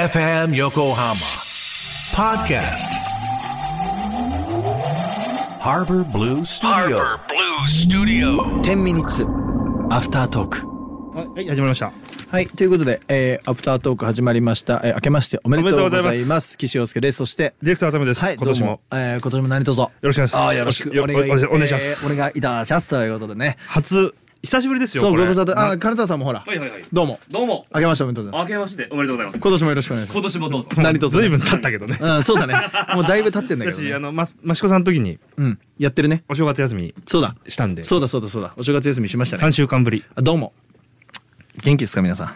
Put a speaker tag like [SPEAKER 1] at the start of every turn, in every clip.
[SPEAKER 1] FM Yokohama Podcast Harbor Blue Studio
[SPEAKER 2] Harbor Blue Studio.
[SPEAKER 3] 10ミニッツアフタートーク
[SPEAKER 4] はい、始まりました。
[SPEAKER 3] はいということで、えーアフタートーク始まりました、えー、明けましておめでとうござい
[SPEAKER 4] お
[SPEAKER 3] ま
[SPEAKER 4] め
[SPEAKER 3] す
[SPEAKER 4] でとうござい
[SPEAKER 3] 岸洋介ですそして
[SPEAKER 4] ディレクターためです。
[SPEAKER 3] はい
[SPEAKER 4] 今年も
[SPEAKER 3] どうえー今年も何とぞ
[SPEAKER 4] よろしくお願いします
[SPEAKER 3] あーよろしくお願い
[SPEAKER 4] よお願いします
[SPEAKER 3] えーお願いいたしますということでね
[SPEAKER 4] 初久しぶりですよ。
[SPEAKER 3] そう
[SPEAKER 4] こ
[SPEAKER 3] ご
[SPEAKER 4] れ
[SPEAKER 3] 無沙汰あ
[SPEAKER 4] な
[SPEAKER 3] ー金沢さんもほら、
[SPEAKER 5] はいはいはい。
[SPEAKER 3] どうも
[SPEAKER 5] どうも。
[SPEAKER 3] 明けましておめでとうございま
[SPEAKER 5] 明けましておめでとうございますす。
[SPEAKER 3] 今年もよろしくお願いしま
[SPEAKER 5] 今年もどうぞ。
[SPEAKER 3] す何とぞ
[SPEAKER 4] ずいぶん経ったけどね。
[SPEAKER 3] うんそうだねもうだいぶ経ってんだ けど、
[SPEAKER 4] 私あ
[SPEAKER 3] ね、
[SPEAKER 4] のま益子さんの時に
[SPEAKER 3] うんやってるね
[SPEAKER 4] お正月休み
[SPEAKER 3] そうだ
[SPEAKER 4] したんで、
[SPEAKER 3] そうだそうだそうだお正月休みしました
[SPEAKER 4] 三
[SPEAKER 3] ね
[SPEAKER 4] 週間ぶり。
[SPEAKER 3] あどうも元気ですか皆さ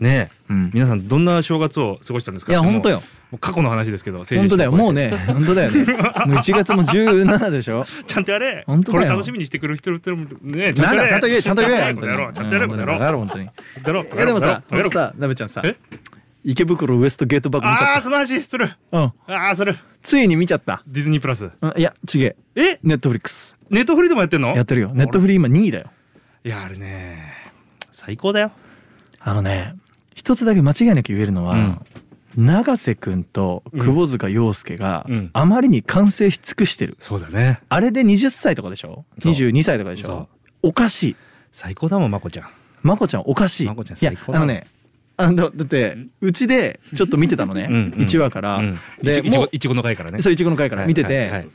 [SPEAKER 4] ねえ、
[SPEAKER 3] うん
[SPEAKER 4] 皆さんどんな正月を過ごしたんです
[SPEAKER 3] い
[SPEAKER 4] か。
[SPEAKER 3] や
[SPEAKER 4] でも
[SPEAKER 3] 本当よ。
[SPEAKER 4] もう過去の話ですけど。
[SPEAKER 3] ん
[SPEAKER 4] 成人
[SPEAKER 3] 本
[SPEAKER 4] 式
[SPEAKER 3] 当だよもう ね本当だよねもう1月も17でしょ
[SPEAKER 4] ちゃんとやれ。
[SPEAKER 3] 本当だよ
[SPEAKER 4] これ楽しみにしてくる人々もね。 ちゃ
[SPEAKER 3] なん
[SPEAKER 4] んと
[SPEAKER 3] だちゃんと言えちゃんと言え
[SPEAKER 4] この野郎ちゃん
[SPEAKER 3] や
[SPEAKER 4] とやれ
[SPEAKER 3] ろ
[SPEAKER 4] こ
[SPEAKER 3] う
[SPEAKER 4] の
[SPEAKER 3] や
[SPEAKER 4] 野
[SPEAKER 3] ろ
[SPEAKER 4] 郎
[SPEAKER 3] う本当にい
[SPEAKER 4] だろ。
[SPEAKER 3] やでもさ
[SPEAKER 4] だ
[SPEAKER 3] ほ
[SPEAKER 4] ろ
[SPEAKER 3] んとさなべちゃんさ
[SPEAKER 4] え
[SPEAKER 3] 池袋ウエストゲートバック見ち
[SPEAKER 4] あ
[SPEAKER 3] ゃ
[SPEAKER 4] あ
[SPEAKER 3] っ
[SPEAKER 4] その話する。
[SPEAKER 3] たうん
[SPEAKER 4] ああそれ
[SPEAKER 3] ついに見ちゃった
[SPEAKER 4] ディズニープラス。
[SPEAKER 3] うんいやちげえ
[SPEAKER 4] え
[SPEAKER 3] ネットフリックス
[SPEAKER 4] ネットフリーでもやってんの？
[SPEAKER 3] やってるよネットフ
[SPEAKER 4] リ
[SPEAKER 3] リ今2位だよ
[SPEAKER 4] ー。いやあれね最高だよ。
[SPEAKER 3] あのね一つだけ間違いなく言えるのは、
[SPEAKER 4] うん
[SPEAKER 3] 永瀬君と窪塚洋介が
[SPEAKER 4] うん
[SPEAKER 3] あまりに完成し尽くしてる、
[SPEAKER 4] そうだね。
[SPEAKER 3] あれで20歳とかでしょ
[SPEAKER 4] そう
[SPEAKER 3] 22歳とかでし
[SPEAKER 4] そ
[SPEAKER 3] ょ
[SPEAKER 4] う
[SPEAKER 3] おかしい
[SPEAKER 4] 最高だもんまこちゃん。
[SPEAKER 3] まこちゃんおかしい
[SPEAKER 4] まこちゃん
[SPEAKER 3] いや
[SPEAKER 4] 最高
[SPEAKER 3] あ
[SPEAKER 4] だ
[SPEAKER 3] のねあのだってうちでちょっと見てたのね
[SPEAKER 4] うんうん
[SPEAKER 3] 1話から、
[SPEAKER 4] うん
[SPEAKER 3] で
[SPEAKER 4] いちいち
[SPEAKER 3] も
[SPEAKER 4] ご
[SPEAKER 3] う
[SPEAKER 4] いちごの回からね。
[SPEAKER 3] そういちごの回から見てて、
[SPEAKER 4] はいはいはい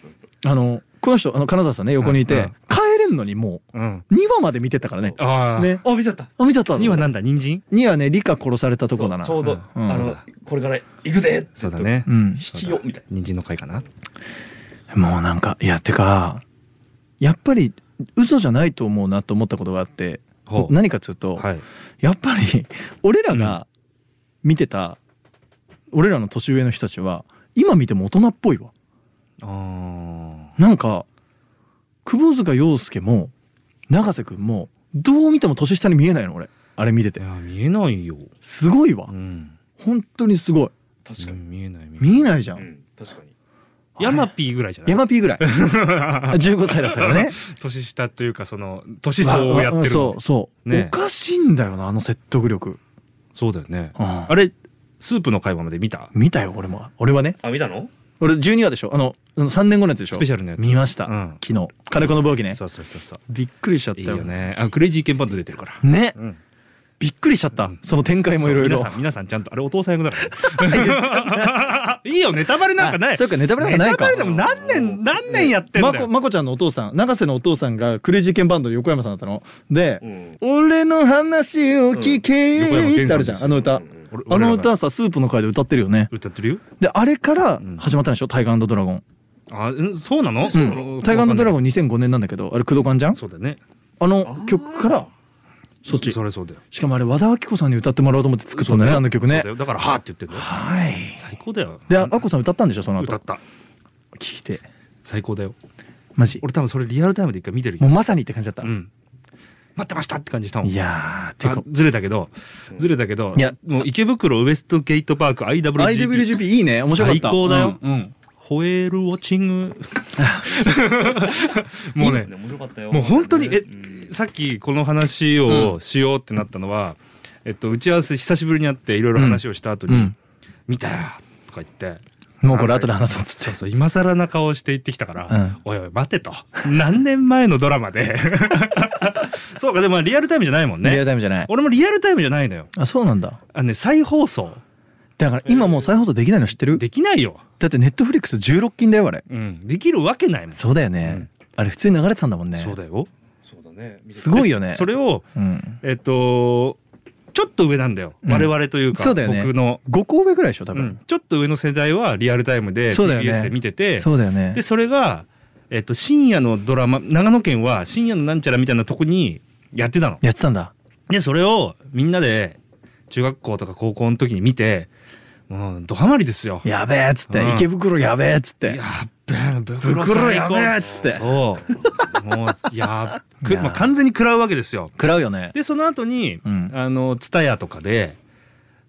[SPEAKER 3] あのこの人あの金沢さんね横にいて、
[SPEAKER 4] うんうん
[SPEAKER 3] 帰れんのにも
[SPEAKER 4] うん。
[SPEAKER 3] う2話まで見てたからね
[SPEAKER 4] ああ。
[SPEAKER 3] ね
[SPEAKER 5] あ、見ちゃった。
[SPEAKER 3] あ見ちゃった
[SPEAKER 4] 二はなんんだ人参？
[SPEAKER 3] 2話ね理科殺されたとこだな
[SPEAKER 5] ちょうど、
[SPEAKER 3] うん
[SPEAKER 5] あの、これから行くぜ。
[SPEAKER 4] そうだね
[SPEAKER 3] う。ん
[SPEAKER 5] 引きよみたい
[SPEAKER 4] 人参の回かな。
[SPEAKER 3] もうなんかいやてかやっぱり嘘じゃないと思うなと思ったことがあって
[SPEAKER 4] ほう
[SPEAKER 3] 何かっつうと、
[SPEAKER 4] はい。
[SPEAKER 3] やっぱり 俺らが見てた、俺らの年上の人たちは今見ても大人っぽいわ
[SPEAKER 4] ああ。
[SPEAKER 3] なんか窪塚洋介も永瀬君もどう見ても年下に見えないの俺あれ見て
[SPEAKER 4] い
[SPEAKER 3] て
[SPEAKER 4] や見えないよ。
[SPEAKER 3] すごいわ
[SPEAKER 4] うん。
[SPEAKER 3] 本当にすごい
[SPEAKER 5] な。確かに。
[SPEAKER 4] 見えない見えない。
[SPEAKER 3] 見えないじゃ
[SPEAKER 5] うんん、確かに。
[SPEAKER 4] ヤマピーぐらいじゃない。
[SPEAKER 3] ヤマピーぐらい 15歳だったからね
[SPEAKER 4] 年下というかその年相をやってる。
[SPEAKER 3] そうそう、
[SPEAKER 4] ね
[SPEAKER 3] おかしいんだよなあの説得力、
[SPEAKER 4] そうだよね。
[SPEAKER 3] うん
[SPEAKER 4] あれスープの会話まで見た？
[SPEAKER 3] 見たよ俺も俺はね
[SPEAKER 5] あ、見たの
[SPEAKER 3] 俺12話でしょあの3年後のやつでしょ
[SPEAKER 4] スペシャルのやつ
[SPEAKER 3] 見ました、
[SPEAKER 4] うん
[SPEAKER 3] 昨日金子の暴気ね
[SPEAKER 4] そうそうそうそう。
[SPEAKER 3] びっくりしちゃった
[SPEAKER 4] いい
[SPEAKER 3] よ
[SPEAKER 4] よね。あクレイジーケンバンド出てるから。
[SPEAKER 3] ね
[SPEAKER 4] うん。
[SPEAKER 3] びっくりしちゃった、
[SPEAKER 4] うん
[SPEAKER 3] その展開もいろいろ
[SPEAKER 4] そう皆さん皆さんちゃんとあれお父さん役だ から。いいよネタバレなんかない。
[SPEAKER 3] あそうかネタバレなんかないか
[SPEAKER 4] ネタバレでも何年何年やってん
[SPEAKER 3] ま
[SPEAKER 4] だ
[SPEAKER 3] こ
[SPEAKER 4] よ。
[SPEAKER 3] まこちゃんのお父さん永瀬のお父さんがクレイジーケンバンドの横山さんだったので、
[SPEAKER 5] うん。
[SPEAKER 3] 俺の話を聞け
[SPEAKER 4] うん横山
[SPEAKER 3] ー
[SPEAKER 4] 健
[SPEAKER 3] ってあ
[SPEAKER 4] さん
[SPEAKER 3] る
[SPEAKER 4] です
[SPEAKER 3] じ
[SPEAKER 4] よ
[SPEAKER 3] ゃんあの歌、
[SPEAKER 5] うん
[SPEAKER 4] 俺
[SPEAKER 3] あ
[SPEAKER 4] 俺ら
[SPEAKER 3] の
[SPEAKER 4] が
[SPEAKER 3] 歌さスープの会で歌ってるよね
[SPEAKER 4] 歌ってるよ。
[SPEAKER 3] であれから
[SPEAKER 4] うん
[SPEAKER 3] 始まったんでしょ「タイガードラゴン」
[SPEAKER 4] あうんそうなの？
[SPEAKER 3] う
[SPEAKER 4] そ
[SPEAKER 3] ん
[SPEAKER 4] の
[SPEAKER 3] タイガードラゴ
[SPEAKER 4] わ
[SPEAKER 3] ン2005年なんだけどあれ工藤館じゃ
[SPEAKER 4] かんない
[SPEAKER 3] ん
[SPEAKER 4] そうだね。
[SPEAKER 3] あの曲からそっち
[SPEAKER 4] それそうだよ。
[SPEAKER 3] しかもあれ和田アキ子さんに歌ってもらおうと思って作ったんだねあの曲
[SPEAKER 4] そう
[SPEAKER 3] ね
[SPEAKER 4] だよだからはーって言ってんだよ。
[SPEAKER 3] はい
[SPEAKER 4] 最高だよ。
[SPEAKER 3] であアッコさん歌ったんでしょその
[SPEAKER 4] 歌っ
[SPEAKER 3] 後
[SPEAKER 4] た。
[SPEAKER 3] 聞いて
[SPEAKER 4] 最高だよ。
[SPEAKER 3] マジ
[SPEAKER 4] 俺多分それリアルタイムで一回見てる気
[SPEAKER 3] もう
[SPEAKER 4] がする。
[SPEAKER 3] まさにって感じだった、
[SPEAKER 4] うん。待ってましたって感じしたもん
[SPEAKER 3] い。やーて
[SPEAKER 4] あ
[SPEAKER 3] か
[SPEAKER 4] ずれたけど、ずれたけど、
[SPEAKER 3] いや
[SPEAKER 4] もう池袋ウエストゲートパーク IWGP
[SPEAKER 3] IWGP いいね面白かった
[SPEAKER 4] 最高だよ
[SPEAKER 3] うんうん
[SPEAKER 4] ホエールウォッチング。 もうね
[SPEAKER 5] ね、、面白かったよ。
[SPEAKER 4] もう本当に、え
[SPEAKER 5] うん、
[SPEAKER 4] さっきこの話をしようってなったのは、えっと、打ち合わせ久しぶりに会っていろいろ話をした後に、
[SPEAKER 3] うん
[SPEAKER 4] 見たよとか言って、
[SPEAKER 3] もうこれ後で話そうっつ
[SPEAKER 4] そう
[SPEAKER 3] って
[SPEAKER 4] そう、今更な顔して言ってきたから、
[SPEAKER 3] うん
[SPEAKER 4] おいおい、待てと。何年前のドラ マで。そうか、でもまあリアルタイムじゃないもん
[SPEAKER 3] リアル
[SPEAKER 4] ね。
[SPEAKER 3] タイムじゃない
[SPEAKER 4] 俺もリアルタイムじゃないのよ。
[SPEAKER 3] あそうなんだ
[SPEAKER 4] あのね、再放送。
[SPEAKER 3] だから今もう再放送できないの知ってる
[SPEAKER 4] できないよ。
[SPEAKER 3] だってネットフリックス16禁だよあれ
[SPEAKER 4] うん。できるわけないもん。
[SPEAKER 3] そうだよね、あれ普通に流れてたんだもんね
[SPEAKER 4] そうだよ。
[SPEAKER 5] そうだね。見てた
[SPEAKER 3] すごいよね
[SPEAKER 4] それを、
[SPEAKER 3] うん、
[SPEAKER 4] えっと、ちょっと上なんだよ。
[SPEAKER 3] うん
[SPEAKER 4] 我々というか、
[SPEAKER 3] そうだよね
[SPEAKER 4] 僕の。
[SPEAKER 3] 5個上ぐらいでしょ多
[SPEAKER 4] う
[SPEAKER 3] 分、
[SPEAKER 4] んちょっと上の世代はリアルタイムで
[SPEAKER 3] そうだよね
[SPEAKER 4] TBS で見てて、
[SPEAKER 3] そうだよね
[SPEAKER 4] でそれが、えっと、深夜のドラマ長野県は深夜のなんちゃらみたいなとこにやってたの。
[SPEAKER 3] やってたんだ
[SPEAKER 4] でそれをみんなで中学校とか高校の時に見てもうドハマりですよ。
[SPEAKER 3] やべえっつって、
[SPEAKER 4] うん
[SPEAKER 3] 池袋やべえっつって
[SPEAKER 4] やっべえ袋
[SPEAKER 3] 袋やべえ
[SPEAKER 4] 最
[SPEAKER 3] っつって
[SPEAKER 4] 高そうもうやっ
[SPEAKER 3] い
[SPEAKER 4] く
[SPEAKER 3] や
[SPEAKER 4] まあ、完全に食らうわけですよ。
[SPEAKER 3] 食らうよね
[SPEAKER 4] でその後に、
[SPEAKER 3] うん
[SPEAKER 4] あの蔦屋とかで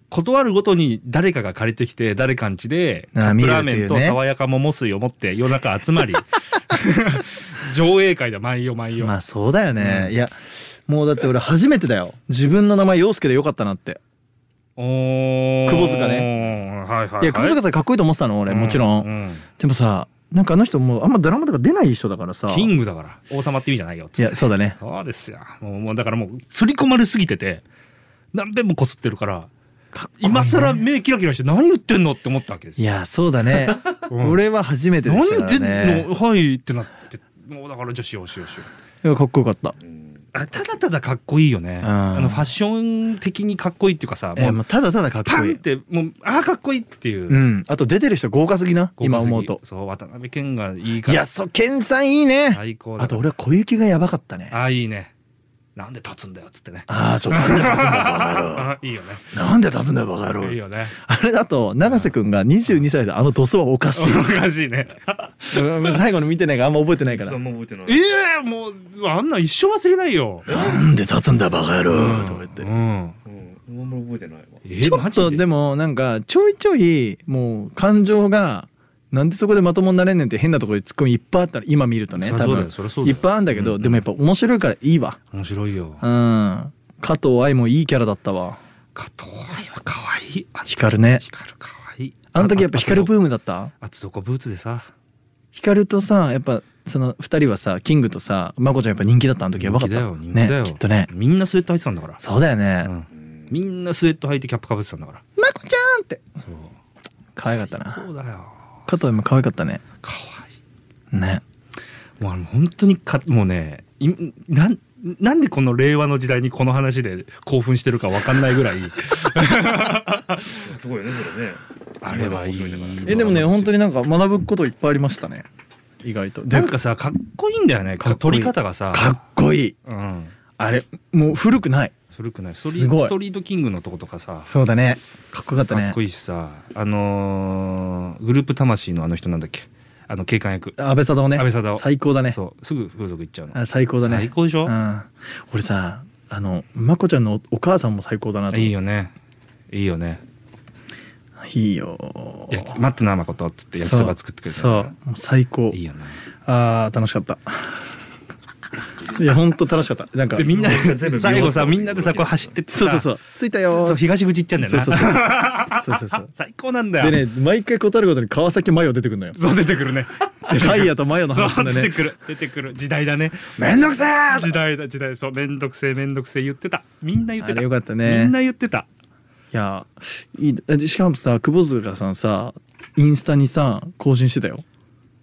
[SPEAKER 4] 断るごとに誰かが借りてきて誰かんちで
[SPEAKER 3] あ
[SPEAKER 4] カッ
[SPEAKER 3] 見
[SPEAKER 4] プ
[SPEAKER 3] る
[SPEAKER 4] ラー
[SPEAKER 3] っていう
[SPEAKER 4] メ
[SPEAKER 3] ね
[SPEAKER 4] ンと爽やか桃水を持って夜中集 まり上映会だ毎夜毎夜、
[SPEAKER 3] まあそうだよね、
[SPEAKER 4] うん
[SPEAKER 3] いやもうだって俺初めてだよ自分の名前陽介でよかったなって
[SPEAKER 4] お
[SPEAKER 3] 窪塚
[SPEAKER 4] ねはいはい、はい
[SPEAKER 3] や久保坂さんかっこいいと思ってたの俺もちろん、
[SPEAKER 4] うう
[SPEAKER 3] でもさなんかあの人もうあんまドラマとか出ない人だからさ
[SPEAKER 4] キングだから王様って意味じゃないよ
[SPEAKER 3] い
[SPEAKER 4] つって
[SPEAKER 3] やそうだね
[SPEAKER 4] そうですよもうもうだからもう刷り込まれすぎてて何遍もこすってるから今更目キラキラして何言ってんのって思ったわけです
[SPEAKER 3] い
[SPEAKER 4] よ
[SPEAKER 3] やそうだね、
[SPEAKER 4] うん
[SPEAKER 3] 俺は初めてで
[SPEAKER 4] 何
[SPEAKER 3] した
[SPEAKER 4] 言
[SPEAKER 3] か
[SPEAKER 4] って
[SPEAKER 3] ら
[SPEAKER 4] んの、
[SPEAKER 3] ね
[SPEAKER 4] はいってなってもうだからじゃあしようしようしよう
[SPEAKER 3] いやかっこよかった、
[SPEAKER 5] うん
[SPEAKER 4] あただただかっこいいよね、
[SPEAKER 3] うん
[SPEAKER 4] あのファッション的にかっこいいっていうかさ
[SPEAKER 3] え
[SPEAKER 4] も
[SPEAKER 3] ー
[SPEAKER 4] う
[SPEAKER 3] もうただただかっ
[SPEAKER 4] パ
[SPEAKER 3] こい
[SPEAKER 4] ン
[SPEAKER 3] い
[SPEAKER 4] ってもうああかっこいいっていう、
[SPEAKER 3] うんあと出てる人豪華すぎな
[SPEAKER 4] 豪華すぎ
[SPEAKER 3] 今思うと
[SPEAKER 4] そう渡辺謙がいいか
[SPEAKER 3] い
[SPEAKER 4] ら
[SPEAKER 3] やそうケンさんいいね
[SPEAKER 4] 最高だ
[SPEAKER 3] あと俺は小雪がやばかったね
[SPEAKER 4] あいいねなんで立つんだよっつってね
[SPEAKER 3] ああそうなんで立つんだよバカ野郎
[SPEAKER 4] あいいよね
[SPEAKER 3] なんで立つんだよバカ 野郎
[SPEAKER 4] いいよね
[SPEAKER 3] あれだと永瀬君が22歳であの塗装はおかしい
[SPEAKER 4] おかしいね
[SPEAKER 3] うん 最後の見てないからあんま覚えてないか
[SPEAKER 5] あ
[SPEAKER 3] ら
[SPEAKER 5] んま覚えてない
[SPEAKER 4] ええもうあんな一生忘れないよ
[SPEAKER 3] なんで立つんだバカ野郎とか言って
[SPEAKER 4] うん
[SPEAKER 5] うんあんま覚えてないわ
[SPEAKER 4] え
[SPEAKER 3] ちょっとで
[SPEAKER 4] も
[SPEAKER 3] もなんかちょいちょいもう感情がなんでそこでまともになれんねんって変なところでツッコミいっぱいあったら今見るとね
[SPEAKER 4] そりゃ
[SPEAKER 3] 多
[SPEAKER 4] そうだよ
[SPEAKER 3] 分
[SPEAKER 4] そりゃそう
[SPEAKER 3] い
[SPEAKER 4] だ
[SPEAKER 3] っ
[SPEAKER 4] よ
[SPEAKER 3] ぱいあるんだけど、
[SPEAKER 4] うん
[SPEAKER 3] でもやっぱ面白いからいいわ
[SPEAKER 4] 面白いよ
[SPEAKER 3] うん加藤愛もいいキャラだったわ
[SPEAKER 4] 加藤愛は可愛いあ
[SPEAKER 3] 光るね
[SPEAKER 4] 光可愛い
[SPEAKER 3] あの時やっぱ光るブ
[SPEAKER 4] ー
[SPEAKER 3] ームだった
[SPEAKER 4] 厚底ブーツでさ
[SPEAKER 3] 光るとさやっぱその2人はさキングとさまこちゃんやっぱ人気だったあの時やばかった
[SPEAKER 4] 人気だよ人気だよ
[SPEAKER 3] ねきっとね
[SPEAKER 4] みんなスウェット履いてたんだから
[SPEAKER 3] そうだよね、
[SPEAKER 4] うん
[SPEAKER 5] うん
[SPEAKER 4] みんなスウェット履いてキャップかぶってたんだから
[SPEAKER 3] まこちゃんって
[SPEAKER 4] そう
[SPEAKER 3] 可愛かったな
[SPEAKER 4] そうだよ
[SPEAKER 3] 加藤愛も可愛かったね
[SPEAKER 4] 可愛い
[SPEAKER 3] ね
[SPEAKER 4] もうあの本当にかもうねいなんなんでこの令和の時代にこの話で興奮してるかわかんな いぐらい
[SPEAKER 5] すごいよねそれね
[SPEAKER 4] あれはいい
[SPEAKER 5] 面白んだから
[SPEAKER 3] えでもね本当
[SPEAKER 4] に
[SPEAKER 3] になんか学ぶこといっぱいありましたね意外とで
[SPEAKER 4] なんかさかっこいいんだよね
[SPEAKER 3] かっこい
[SPEAKER 4] 取
[SPEAKER 3] い
[SPEAKER 4] り方がさ
[SPEAKER 3] かっこいい
[SPEAKER 4] うん
[SPEAKER 3] あれもう古くない
[SPEAKER 4] 古くないストリ
[SPEAKER 3] すごい
[SPEAKER 4] ストリートキングのとことかさ
[SPEAKER 3] そうだねかっこよかったね
[SPEAKER 4] かっこいいしさあのーグループ魂のあの人なんだっけあの警官役
[SPEAKER 3] 安倍サダね
[SPEAKER 4] 安倍貞夫
[SPEAKER 3] 最高だね
[SPEAKER 4] そうすぐ風俗行っちゃうの
[SPEAKER 3] あ最高だね
[SPEAKER 4] 最高でしょ
[SPEAKER 3] うん、俺さあのまこちゃんのおお母さんも最高だなと思っ
[SPEAKER 4] いい
[SPEAKER 3] て
[SPEAKER 4] よねいいよね
[SPEAKER 3] いいよ
[SPEAKER 4] いや待ってなまことっつって焼きそば作ってくれた
[SPEAKER 3] そ
[SPEAKER 4] よ
[SPEAKER 3] う
[SPEAKER 4] ね
[SPEAKER 3] そうもう最高
[SPEAKER 4] いいよね
[SPEAKER 3] あー楽しかったいやほんと楽しかったなんか
[SPEAKER 4] でみんな
[SPEAKER 5] 全部
[SPEAKER 4] 最後さみんなでさこう走ってって
[SPEAKER 3] そうそうそうう着いたよー
[SPEAKER 4] そう東口行っちゃうんだよな
[SPEAKER 3] そうそうそうそうそうそう
[SPEAKER 4] 最高なんだ
[SPEAKER 3] で
[SPEAKER 4] よ
[SPEAKER 3] ね毎回断るごとに川崎マヨ出てくるのよ
[SPEAKER 4] そう出てくるね
[SPEAKER 3] でカイヤとマヨの話
[SPEAKER 4] そ
[SPEAKER 3] な
[SPEAKER 4] うん
[SPEAKER 3] だ
[SPEAKER 4] 出て
[SPEAKER 3] ね
[SPEAKER 4] くる出てくる時代だね
[SPEAKER 3] めんどくせー
[SPEAKER 4] 時代だ時代そうめんどくせえめんどくせえ言ってたみんな言って
[SPEAKER 3] あ
[SPEAKER 4] た
[SPEAKER 3] れよかったね
[SPEAKER 4] みんな言ってた
[SPEAKER 3] いやいいえしかもさ久保塚さんさインスタにさ更新してたよ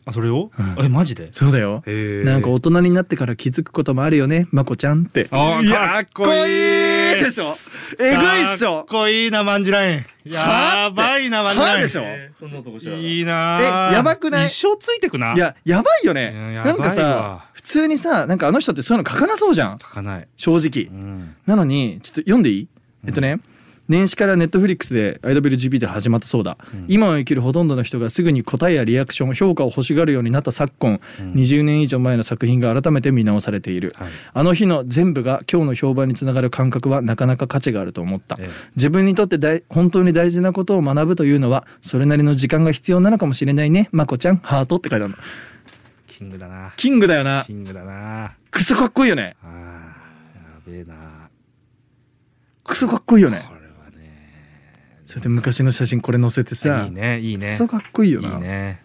[SPEAKER 4] あそれを
[SPEAKER 3] うん
[SPEAKER 4] えマジで
[SPEAKER 3] そうだよ
[SPEAKER 4] へー
[SPEAKER 3] なんか大人になってから気づくこともあるよねまこちゃんって
[SPEAKER 4] あー
[SPEAKER 3] いや
[SPEAKER 4] かっこいい
[SPEAKER 3] でしょえぐいっし
[SPEAKER 4] かっ
[SPEAKER 3] ょ
[SPEAKER 4] こいいなマンジラインやばいなマンジライン
[SPEAKER 3] はでしょ
[SPEAKER 5] えーそんなとこ知らない
[SPEAKER 4] いいな
[SPEAKER 3] えやばくない
[SPEAKER 4] 一生ついてくない
[SPEAKER 3] ややばいよね
[SPEAKER 4] うんやば
[SPEAKER 3] ないん
[SPEAKER 4] わ
[SPEAKER 3] かさ普通にさなんかあの人ってそういうの書かなそうじゃん
[SPEAKER 4] 書かない
[SPEAKER 3] 正直
[SPEAKER 4] うん
[SPEAKER 3] なのにちょっと読んでいいえっとね、年始からネットフリックスで IWGP で始まったそうだ、
[SPEAKER 4] うん
[SPEAKER 3] 今を生きるほとんどの人がすぐに答えやリアクション評価を欲しがるようになった昨今、
[SPEAKER 4] うん
[SPEAKER 3] 20年以上前の作品が改めて見直されている、
[SPEAKER 4] はい
[SPEAKER 3] あの日の全部が今日の評判につながる感覚はなかなか価値があると思った、
[SPEAKER 4] ええ
[SPEAKER 3] 自分にとって大本当に大事なことを学ぶというのはそれなりの時間が必要なのかもしれないねまこちゃんハートって書いてあるの
[SPEAKER 4] キングだな
[SPEAKER 3] キングだよな
[SPEAKER 4] キングだな
[SPEAKER 3] クソかっこいいよね
[SPEAKER 4] あーやべえな
[SPEAKER 3] クソかっこいいよね
[SPEAKER 4] これはね
[SPEAKER 3] それで昔の写真これ載せてさ
[SPEAKER 4] あいいねいいね
[SPEAKER 3] クソかっこいい
[SPEAKER 4] い
[SPEAKER 3] よない
[SPEAKER 4] ね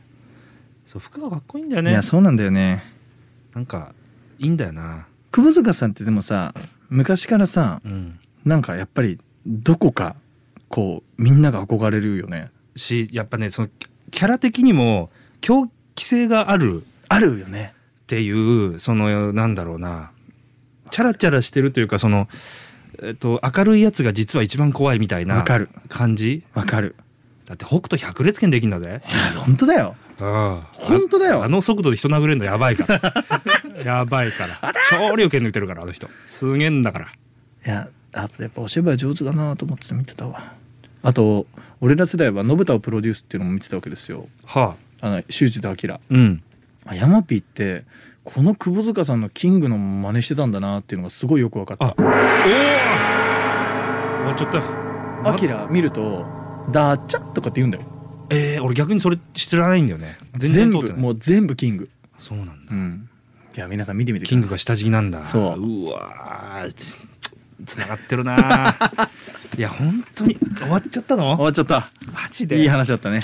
[SPEAKER 4] そう服がかっこいいんだよ
[SPEAKER 3] い
[SPEAKER 4] ね
[SPEAKER 3] やそうなんだよね
[SPEAKER 4] なんかいいんだよな
[SPEAKER 3] 久保塚さんってでもさ昔からさ
[SPEAKER 4] うん
[SPEAKER 3] なんかやっぱりどこかこうみんなが憧れるよね
[SPEAKER 4] しやっぱねそのキャラ的にも狂気性がある
[SPEAKER 3] あるよね
[SPEAKER 4] っていうそのなんだろうなチャラチャラしてるというかその、えっと、明るいやつが実は一番怖いみたい
[SPEAKER 3] わ
[SPEAKER 4] な
[SPEAKER 3] かる
[SPEAKER 4] 感じ
[SPEAKER 3] わかる
[SPEAKER 4] だって北斗百裂拳できんだぜ
[SPEAKER 3] いや本当だよ
[SPEAKER 4] ああ
[SPEAKER 3] 本当だよ
[SPEAKER 4] あの速度で人殴れるのやばいから やばいから超竜拳抜いてるからあの人すげえんだから
[SPEAKER 3] いやあとやっぱお芝居上手だなと思って見てたわあと俺ら世代は信太をプロデュースっていうのも見てたわけですよ
[SPEAKER 4] はあ
[SPEAKER 3] あの修二と明
[SPEAKER 4] うん
[SPEAKER 3] あヤマピーってこの久保塚さんのキングの真似してたんだなっていうのがすごいよく分かっ
[SPEAKER 4] あ
[SPEAKER 3] た
[SPEAKER 4] おお終わっちゃった
[SPEAKER 3] アキラ見ると「ダーチャ」とかって言うんだよ
[SPEAKER 4] えー、俺逆にそれ知らないんだよね
[SPEAKER 3] 全
[SPEAKER 4] 全然通って
[SPEAKER 3] 部
[SPEAKER 4] ない
[SPEAKER 3] もう全部キング
[SPEAKER 4] そうなんだ
[SPEAKER 3] うんいや皆さん見てみてくださ
[SPEAKER 4] キ
[SPEAKER 3] い
[SPEAKER 4] ングが下敷きなんだ
[SPEAKER 3] そう
[SPEAKER 4] うわーつつながってるなー いや本当に終わっちゃった
[SPEAKER 3] 終
[SPEAKER 4] の
[SPEAKER 3] わっちゃった
[SPEAKER 4] マジで
[SPEAKER 3] いい話だった ね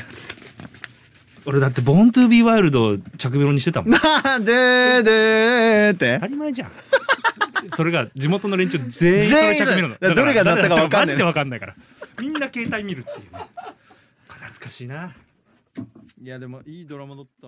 [SPEAKER 4] 俺だって「ボーン・トゥ・ビー・ワイルド」着メロにしてたもん
[SPEAKER 3] なんででーって
[SPEAKER 4] 当たり前じゃんそれが地元の連中全員そ
[SPEAKER 3] 全
[SPEAKER 4] れ
[SPEAKER 3] 員
[SPEAKER 4] 着メロなの
[SPEAKER 3] だからどれが鳴ったかわかんない
[SPEAKER 4] マジでわかんないからみんな携帯見るっていうね懐かしいない
[SPEAKER 3] やでもいいドラマだった